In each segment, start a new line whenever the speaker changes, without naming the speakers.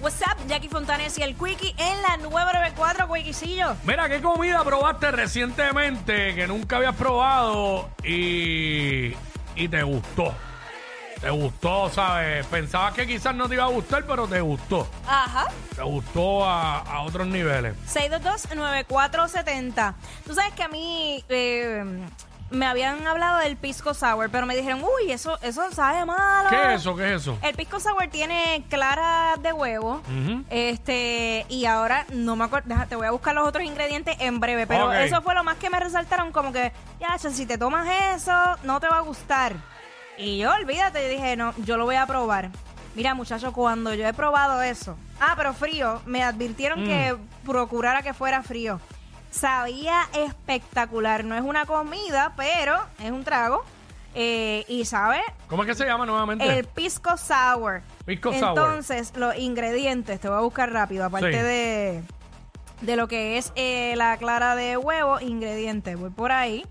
What's up, Jackie Fontanes y el Quickie en la 994, Quickiecillo.
Mira, ¿qué comida probaste recientemente que nunca habías probado y, y te gustó? Te gustó, ¿sabes? Pensabas que quizás no te iba a gustar, pero te gustó.
Ajá.
Te gustó a, a otros niveles.
622-9470. Tú sabes que a mí eh, me habían hablado del pisco sour, pero me dijeron, uy, eso, eso sabe malo.
¿Qué es eso? ¿Qué es eso?
El pisco sour tiene clara de huevo. Este, y ahora no me acuerdo, deja, te voy a buscar los otros ingredientes en breve, pero
Ok.
eso fue lo más que me resaltaron, como que, ya, si te tomas eso, no te va a gustar. Y yo, olvídate, yo dije, no, yo lo voy a probar. Mira, muchacho, cuando yo he probado eso, ah, pero frío, me advirtieron que
Mm.
procurara que fuera frío. Sabía espectacular, no es una comida, pero es un trago. Eh, y sabe
¿Cómo es que se llama nuevamente?
el pisco sour.
Pisco sour.
Entonces, los ingredientes, te voy a buscar rápido, aparte
Sí.
de, de lo que es eh, la clara de huevo, ingredientes, voy por ahí.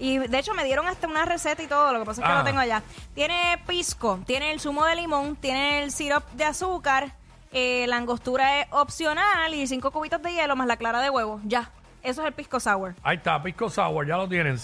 Y de hecho me dieron hasta una receta y todo, lo que pasa es que
Ah.
no tengo allá. Tiene pisco, tiene el zumo de limón, tiene el sirope de azúcar, eh, la angostura es opcional y cinco cubitos de hielo más la clara de huevo. Ya, eso es el pisco sour.
Ahí está, Pisco Sour, ya lo tienen.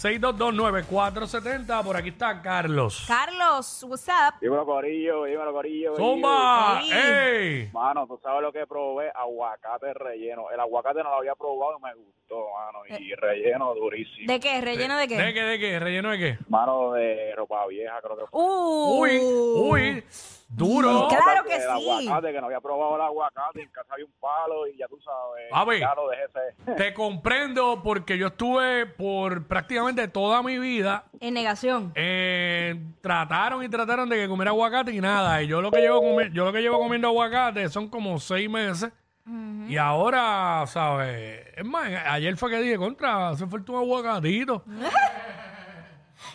6229470, por aquí está Carlos.
Carlos, what's up?
Dímelo, Corillo, dímelo, Corillo.
¡Zumba!
Sí.
¡Ey!
Mano, tú sabes lo que probé, aguacate relleno. El aguacate no lo había probado y me gustó, mano. Y relleno durísimo.
Eh. ¿De qué? ¿Relleno de qué?
¿De qué? ¿De qué? ¿Relleno de qué?
Mano de ropa vieja, creo que fue.
Uh.
¡Uy! ¡Uy! ¡Duro!
Claro.
Porque
que
el
sí.
aguacate, que no había probado el aguacate, en casa había un palo y ya tú sabes.
Papi.
Ya lo dejé ser.
Te comprendo porque yo estuve por prácticamente toda mi vida
En negación.
Eh, trataron y trataron de que comiera aguacate y nada. Y yo lo que llevo, comi- yo lo que llevo comiendo aguacate son como seis meses. Y ahora, ¿sabes? Es más, ayer fue que dije, contra, se falta un aguacatito.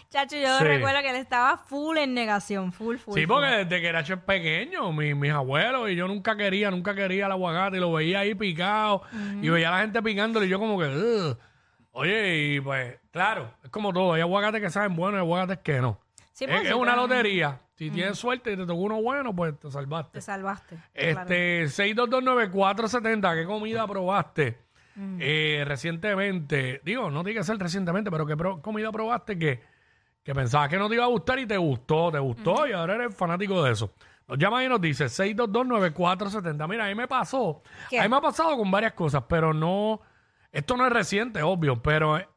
Chacho, yo
Sí.
recuerdo que él estaba full en negación, full, full.
sí,
full.
porque desde que era ch- pequeño, mi- mis abuelos y yo nunca quería, nunca quería el aguacate y lo veía ahí picado y veía a la gente picándolo y yo como que, "Ugh". oye, y pues, claro, es como todo, hay aguacates que saben buenos y aguacates que no.
Sí,
es,
porque
es
si
una
te-
lotería. Si tienes suerte y te tocó uno bueno, pues te salvaste.
Te salvaste. claro.
Este, 6229470, ¿qué comida probaste
Mm.
eh, recientemente? Digo, no tiene que ser recientemente, pero ¿qué pro- comida probaste que, que pensabas que no te iba a gustar y te gustó, te gustó y ahora eres fanático de eso? Nos llama y nos dice 6229470. Mira, a mí me pasó,
¿Qué?
a mí me ha pasado con varias cosas, pero no, esto no es reciente, obvio, pero eh,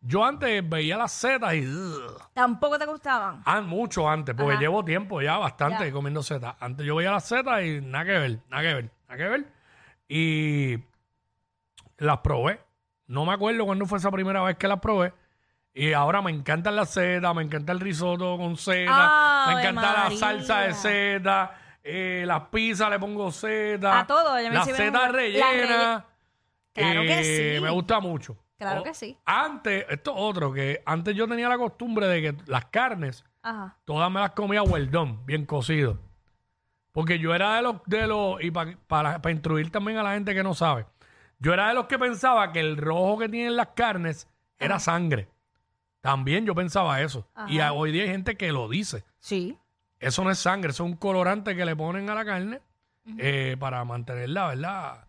yo antes veía las setas y... ugh,
Tampoco te gustaban.
Ah, mucho antes, porque
Ajá.
llevo tiempo ya bastante
Ya.
comiendo setas. Antes yo veía las setas y nada que ver, nada que ver, nada que ver. Y las probé. No me acuerdo cuándo fue esa primera vez que las probé. Y ahora me encantan las setas, me encanta el risotto con setas,
Ave
me encanta
María.
la salsa de setas, eh, las pizzas le pongo setas.
A todo, ya me
Las
sirven
setas
una-
rellenas.
las relle- Claro que
Eh,
sí.
Me gusta mucho.
Claro
O-
que sí.
Antes, esto es otro, que antes yo tenía la costumbre de que las carnes
Ajá.
todas me las comía hueldón, bien cocido. Porque yo era de los, de los, y para instruir también a la gente que no sabe, yo era de los que pensaba que el rojo que tienen las carnes era sangre. También yo pensaba eso. Y
Ajá.
a- hoy día hay gente que lo dice.
Sí.
Eso no es sangre, eso es un colorante que le ponen a la carne eh, para mantenerla, ¿verdad?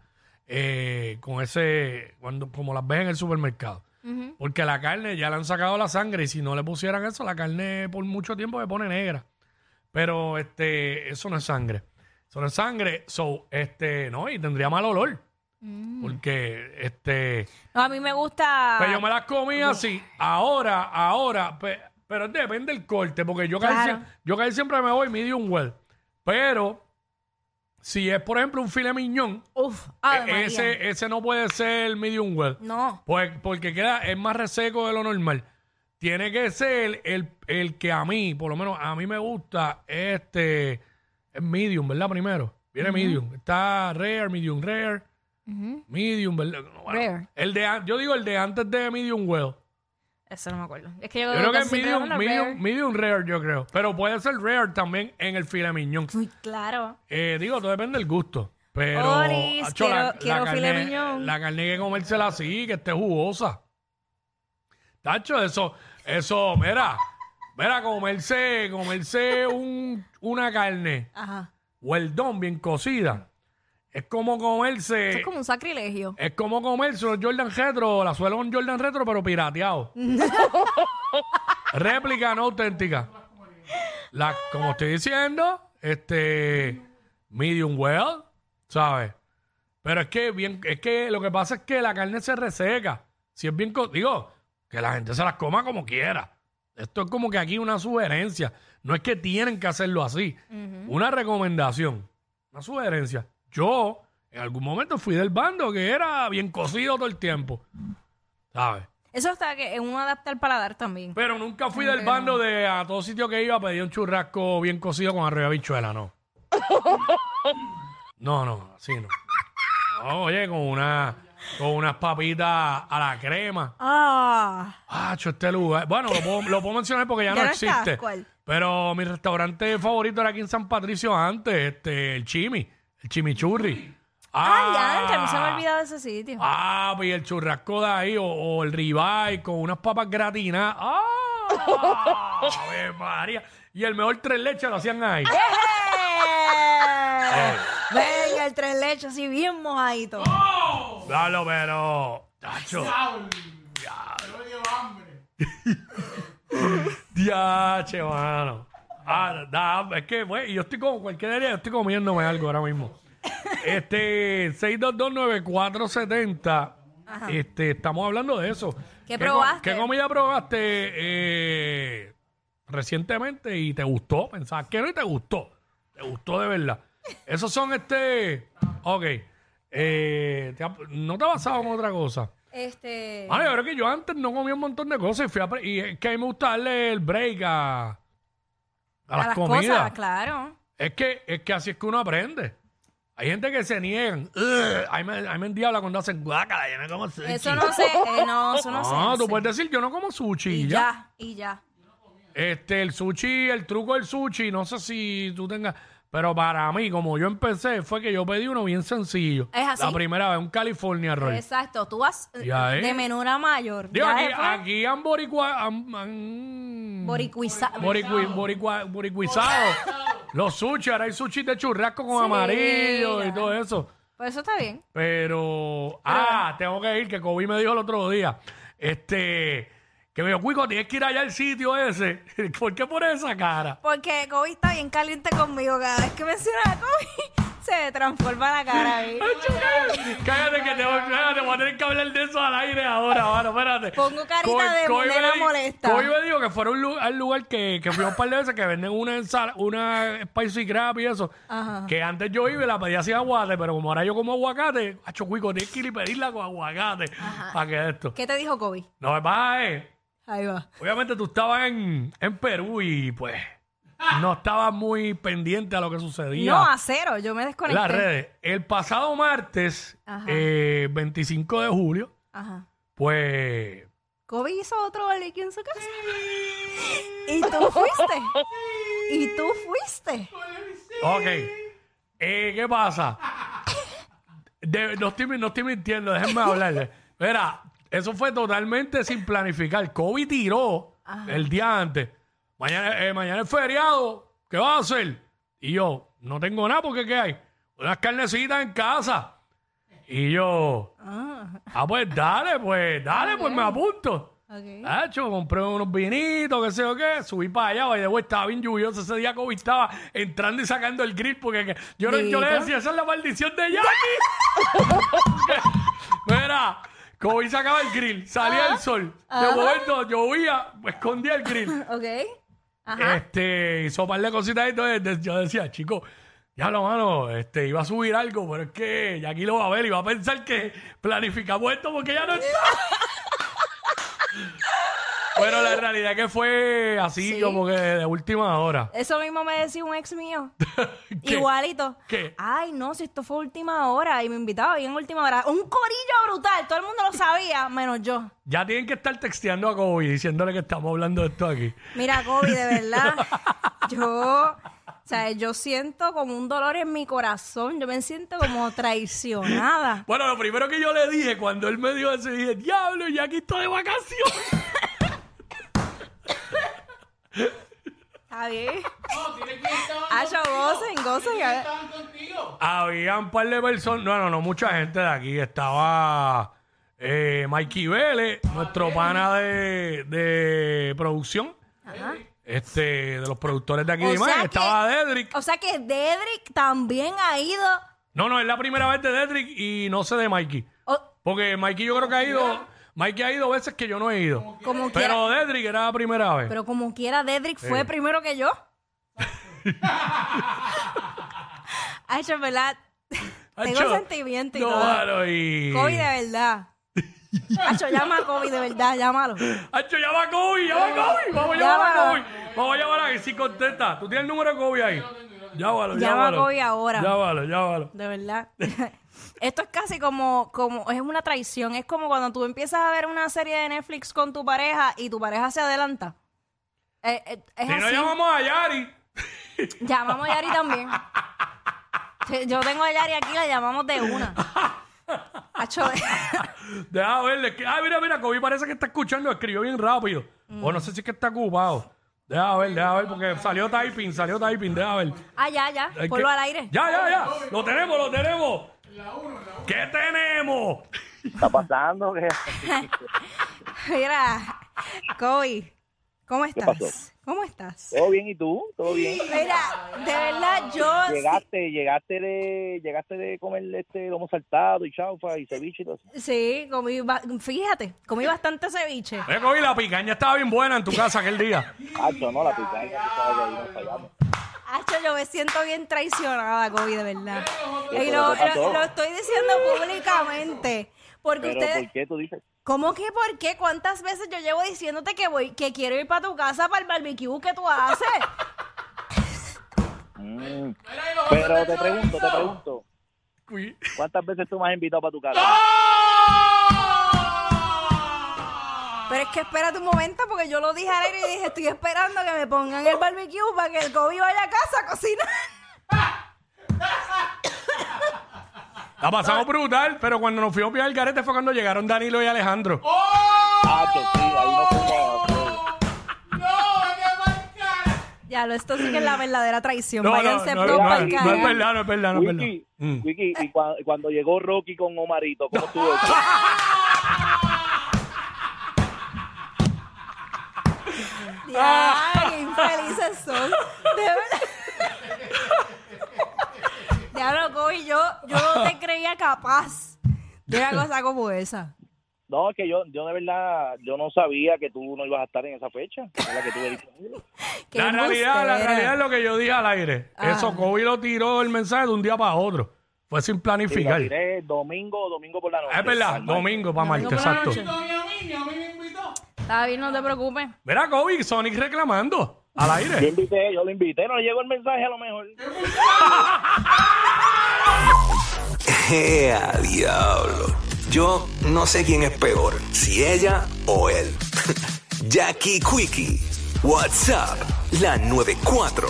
Eh, con ese, cuando, como las ves en el supermercado.
Ujú.
Porque la carne ya le han sacado la sangre y si no le pusieran eso, la carne por mucho tiempo se pone negra. Pero este, eso no es sangre. Eso no es sangre. So, este, no, y tendría mal olor.
Mm.
Porque, este,
No, a mí me gusta.
pues yo me las comí así. Ahora, ahora, pe- pero depende del corte, porque yo casi,
Claro.
siem- yo casi siempre me voy medium well. Pero, si es, por ejemplo, un filet miñón,
Uf, Ave María.
E- ese, eh, ese no puede ser medium well.
No.
Pues porque queda, es más reseco de lo normal. Tiene que ser el, el que a mí, por lo menos a mí me gusta, este, es medium, ¿verdad? Primero. Viene medium. Está rare, medium rare, medium, ¿verdad? No, bueno,
Rare.
El de, an- yo digo el de antes de medium well.
Eso no me acuerdo. Es que yo,
Yo creo que es
casi siempre
medium,
hago una
medium,
rare.
medium rare, yo creo. Pero puede ser rare también en el filet mignon.
Uy, claro.
Eh, digo, todo depende del gusto. Pero,
Oris,
acho,
quiero- quiero filet
carne,
mignon.
la carne hay que comérsela así, que esté jugosa. Tacho, eso, eso, mira, mira, comerse, comerse un, una carne
Ajá.
hueldón bien cocida. Es como
Eso
comerse,
es como un sacrilegio.
es como comerse los Jordan Retro, la suela un Jordan Retro, pero pirateado. Réplica no auténtica. La, como estoy diciendo, este medium well, ¿sabes? Pero es que bien, es que lo que pasa es que la carne se reseca. Si es bien, co- digo, que la gente se las coma como quiera. Esto es como que aquí una sugerencia. No es que tienen que hacerlo así. Una recomendación, una sugerencia. Yo en algún momento fui del bando que era bien cocido todo el tiempo, ¿sabes?
Eso está que en uno adapta al paladar también.
Pero nunca fui del bando de a todo sitio que iba pedía un churrasco bien cocido con arroz y habichuela, no. No, no, así no. No, Oye, con una con unas papitas a la crema.
Ah.
Ah, cho, este lugar. Bueno, lo puedo, lo puedo mencionar porque ya,
Ya
no
no está,
existe.
¿cuál?
Pero mi restaurante favorito era aquí en San Patricio antes, este, el Chimi, el Chimichurri.
Ay, Ah, ya, a mí se me ha olvidado de ese sitio.
Ah, y el churrasco de ahí, o, o el ribeye con unas papas gratinadas. ¡Ah! ¡Ave María! Y el mejor tres leches lo hacían ahí.
¡Eh! Venga, el tres leches así bien mojadito.
Dalo, pero. ¡Tacho! ¡Diache, mano! Ah, da- es que, güey, yo estoy como cualquier día, yo estoy comiéndome algo ahora mismo. Este, 6229470. Este, estamos hablando de eso.
¿Qué
co-
probaste?
¿Qué comida probaste eh, recientemente y te gustó? Pensabas que no y te gustó. Te gustó de verdad. Esos son este. Ok. Eh, te ha- ¿No te ha pasado con otra cosa?
Este.
Mano, Ah, yo creo que yo antes no comía un montón de cosas y, fui a pre- y es que a mí me gusta darle el break a, a
a
las,
las
comidas.
cosas, claro.
es, que, es que así es que uno aprende. Hay gente que se niegan. Ugh, Ahí me, ahí me endiabla cuando hacen guácala, yo no como sushi.
Eso no sé. eh, no, eso no, sé.
No, Ah, tú
sí.
puedes decir yo no como sushi y
Y
ya.
ya, y ya.
Este, el sushi, el truco del sushi, no sé si tú tengas. Pero para mí, como yo empecé, fue que yo pedí uno bien sencillo.
¿Es así?
La primera vez, un California roll.
Exacto. Tú vas eh,
Ya, eh.
de menor a mayor.
Digo,
Ya
aquí,
después,
aquí han boricua... han- han-
boricuiza-
boricui- boricua- boricuizado. Los sushi, ahora hay sushi de churrasco con
Sí,
amarillo y
ya.
todo eso.
Pues eso está bien.
Pero, ah, tengo que ir, que Kobe me dijo el otro día, este, que me dijo, Cuico, tienes que ir allá al sitio ese. ¿Por qué por esa cara?
Porque Kobe está bien caliente conmigo. Cada vez que menciona a Kobe, se transforma la cara. ¿eh?
Ay, chico, Cállate que te voy, cállate, voy a tener que hablar de eso al aire ahora, mano, espérate.
Pongo carita de nena molesta.
Hoy me dijo que fuera un lu- al lugar que, que fui un par de veces que venden una ensalada, una spicy crab y eso. Que antes yo iba y la pedía sin aguacate, pero como ahora yo como aguacate, a Chocuico tienes que ir y pedirla con aguacate. Para que esto.
¿Qué te dijo Kobe?
No me pasa, eh.
Ahí va.
Obviamente tú estabas en, en Perú y pues no estabas muy pendiente a lo que sucedía.
No, a cero. Yo me
en
desconecté.
las redes. El pasado martes,
Ajá.
eh, 25 de julio,
Ajá.
pues
Kobe hizo otro barbecue en su casa. Y tú fuiste. Y tú fuiste.
Ok. Eh, ¿Qué pasa? De- no, estoy, mi- no estoy mintiendo, déjenme hablarle. Mira, eso fue totalmente sin planificar. Kobe tiró el día antes. Mañana, eh, mañana es feriado, ¿qué vas a hacer? Y yo, no tengo nada porque ¿qué hay? Unas carnecitas en casa. Y yo, ah, pues dale, pues, dale, pues me apunto.
Ok.
Hacho, compré unos vinitos, qué sé yo qué, subí para allá, vaya, güey, estaba bien lluvioso ese día COVID estaba entrando y sacando el grill porque que- yo, no- yo le
Bendito.
decía, esa es la maldición de Jackie. Mira, COVID sacaba el grill, salía
Ah.
el sol, de momento llovía, escondía el grill.
Ok. Ajá.
Este, hizo un par de cositas y entonces de- yo decía, chico, ya lo mano, este, iba a subir algo, pero es que Jackie lo va a ver y va a pensar que planificamos esto porque ya no está. bueno, la realidad es que fue así
Sí.
como que de última hora.
Eso mismo me decía un ex mío.
¿Qué?
Igualito.
¿Qué?
Ay, no, si esto fue última hora y me invitaba bien última hora. Un corillo brutal, todo el mundo lo sabía, menos yo.
Ya tienen que estar texteando a Kobe diciéndole que estamos hablando de esto aquí.
Mira, Kobe, de verdad. Yo, o sea, yo siento como un dolor en mi corazón. Yo me siento como traicionada.
Bueno, lo primero que yo le dije cuando él me dijo eso, dije, diablo, Jackie está de vacaciones.
¿Está bien? Hacho, gocen, gocen. a ver.
Había un par de personas, no, no, no, mucha gente de aquí. Estaba eh, Mikey Vélez,
Ah,
nuestro pana de, de producción,
Ajá.
este, de los productores de aquí
O
de Imagen.
sea que-
Estaba Dedrick.
O sea que Dedrick también ha ido.
No, no, es la primera vez de Dedrick y no sé de Mikey.
o-
Porque Mikey yo creo que ha ido, Mikey ha ido veces que yo no he ido.
como quiera.
Pero Dedrick era la primera vez.
Pero como quiera, Dedrick
Eh.
fue primero que yo. Ay, yo, en verdad. Tengo
Acho,
sentimiento y
no,
todo. eh.
mano, y...
Kobe de verdad. Hacho, llama a Kobe de verdad, llámalo.
Hacho, llama a Kobe, llama a Kobe. Vamos a llamar a
Llámalo.
Kobe. Vamos a llamar a que sí contesta. ¿Tú tienes el número de Kobe ahí? Llámalo, llámalo.
Llama a Kobe ahora.
Llámalo, llámalo.
De verdad. Esto es casi como, como, es una traición. Es como cuando tú empiezas a ver una serie de Netflix con tu pareja y tu pareja se adelanta. Eh, eh, es
Si no
así.
llamamos a Yari.
Llamamos a Yari también. Sí, Yo tengo a Yari aquí, la llamamos de una. Hacho,
Deja verle. que- Ah, mira, mira, Kobe parece que está escuchando. Escribió bien rápido.
Mm.
O no sé si es que está ocupado. Deja ver, deja ver, porque salió typing, salió typing, deja ver.
ah, ya, ya.
Hay
Ponlo
que-
al aire.
Ya, ya, ya. Lo tenemos, lo tenemos. ¿Qué tenemos?
está pasando? ¿Qué,
Mira, Kobe, ¿cómo estás?
pasó? Eh.
¿Cómo estás?
¿Todo bien? ¿Y tú? ¿Todo bien?
Mira, de verdad, yo...
Llegaste, llegaste de, llegaste de comer este lomo saltado y chaufa y ceviche y todo eso.
Sí, comí, ba- fíjate, comí bastante ceviche.
Oye, Kobe, la picaña estaba bien buena en tu casa aquel día.
Hacho, no, la picaña, tú sabes que ahí nos fallamos.
Hacho, yo me siento bien traicionada, Kobe, de verdad. Y
Pero
lo,
¿qué pasó?
lo- lo estoy diciendo públicamente. Porque
Pero
ustedes...
¿por qué tú dices?
¿Cómo que por qué? ¿Cuántas veces yo llevo diciéndote que voy, que quiero ir para tu casa para el barbecue que tú haces?
Mm. Pero te pregunto, te pregunto,
Uy.
¿cuántas veces tú me has invitado para tu casa?
Pero es que espérate un momento porque yo lo dije al aire y dije, estoy esperando que me pongan el barbecue para que el Kobe vaya a casa a cocinar.
La pasamos brutal, pero cuando nos fuimos a pillar el garete fue cuando llegaron Danilo y Alejandro.
Hacho, Ah, pues sí, ahí nos fuimos.
Ya, lo esto sí que es la verdadera traición.
no, no,
Váyanse
no,
pro
no,
pa'l
no,
carajo.
es verdad, no es verdad, no es verdad.
Wiki,
Mm.
Wiki, y cua- y cuando llegó Rocky con Omarito, ¿cómo estuvo eso?
Ya, qué infelices son. De verdad. Diablo, Kobe, yo, yo no te creía capaz de una cosa como esa.
No, es que yo, yo de verdad, yo no sabía que tú no ibas a estar en esa fecha. en la que tú eres.
Qué
La realidad, la
embustera.
realidad es lo que yo dije al aire.
Ah.
Eso, Kobe lo tiró el mensaje de un día para otro. Fue sin
Sí,
planificar.
la tiré domingo, domingo por la noche.
Ah, es verdad,
Al mar.
domingo para Marte,
por la
exacto.
noche. Está bien, no te preocupes.
Mira, Kobe, Sonic reclamando al
Yo
aire.
invité, yo lo invité, no le llegó el mensaje a lo mejor.
¡Ea, diablo! Yo no sé quién es peor, si ella o él. Jackie Quickie, WhatsApp, la 94.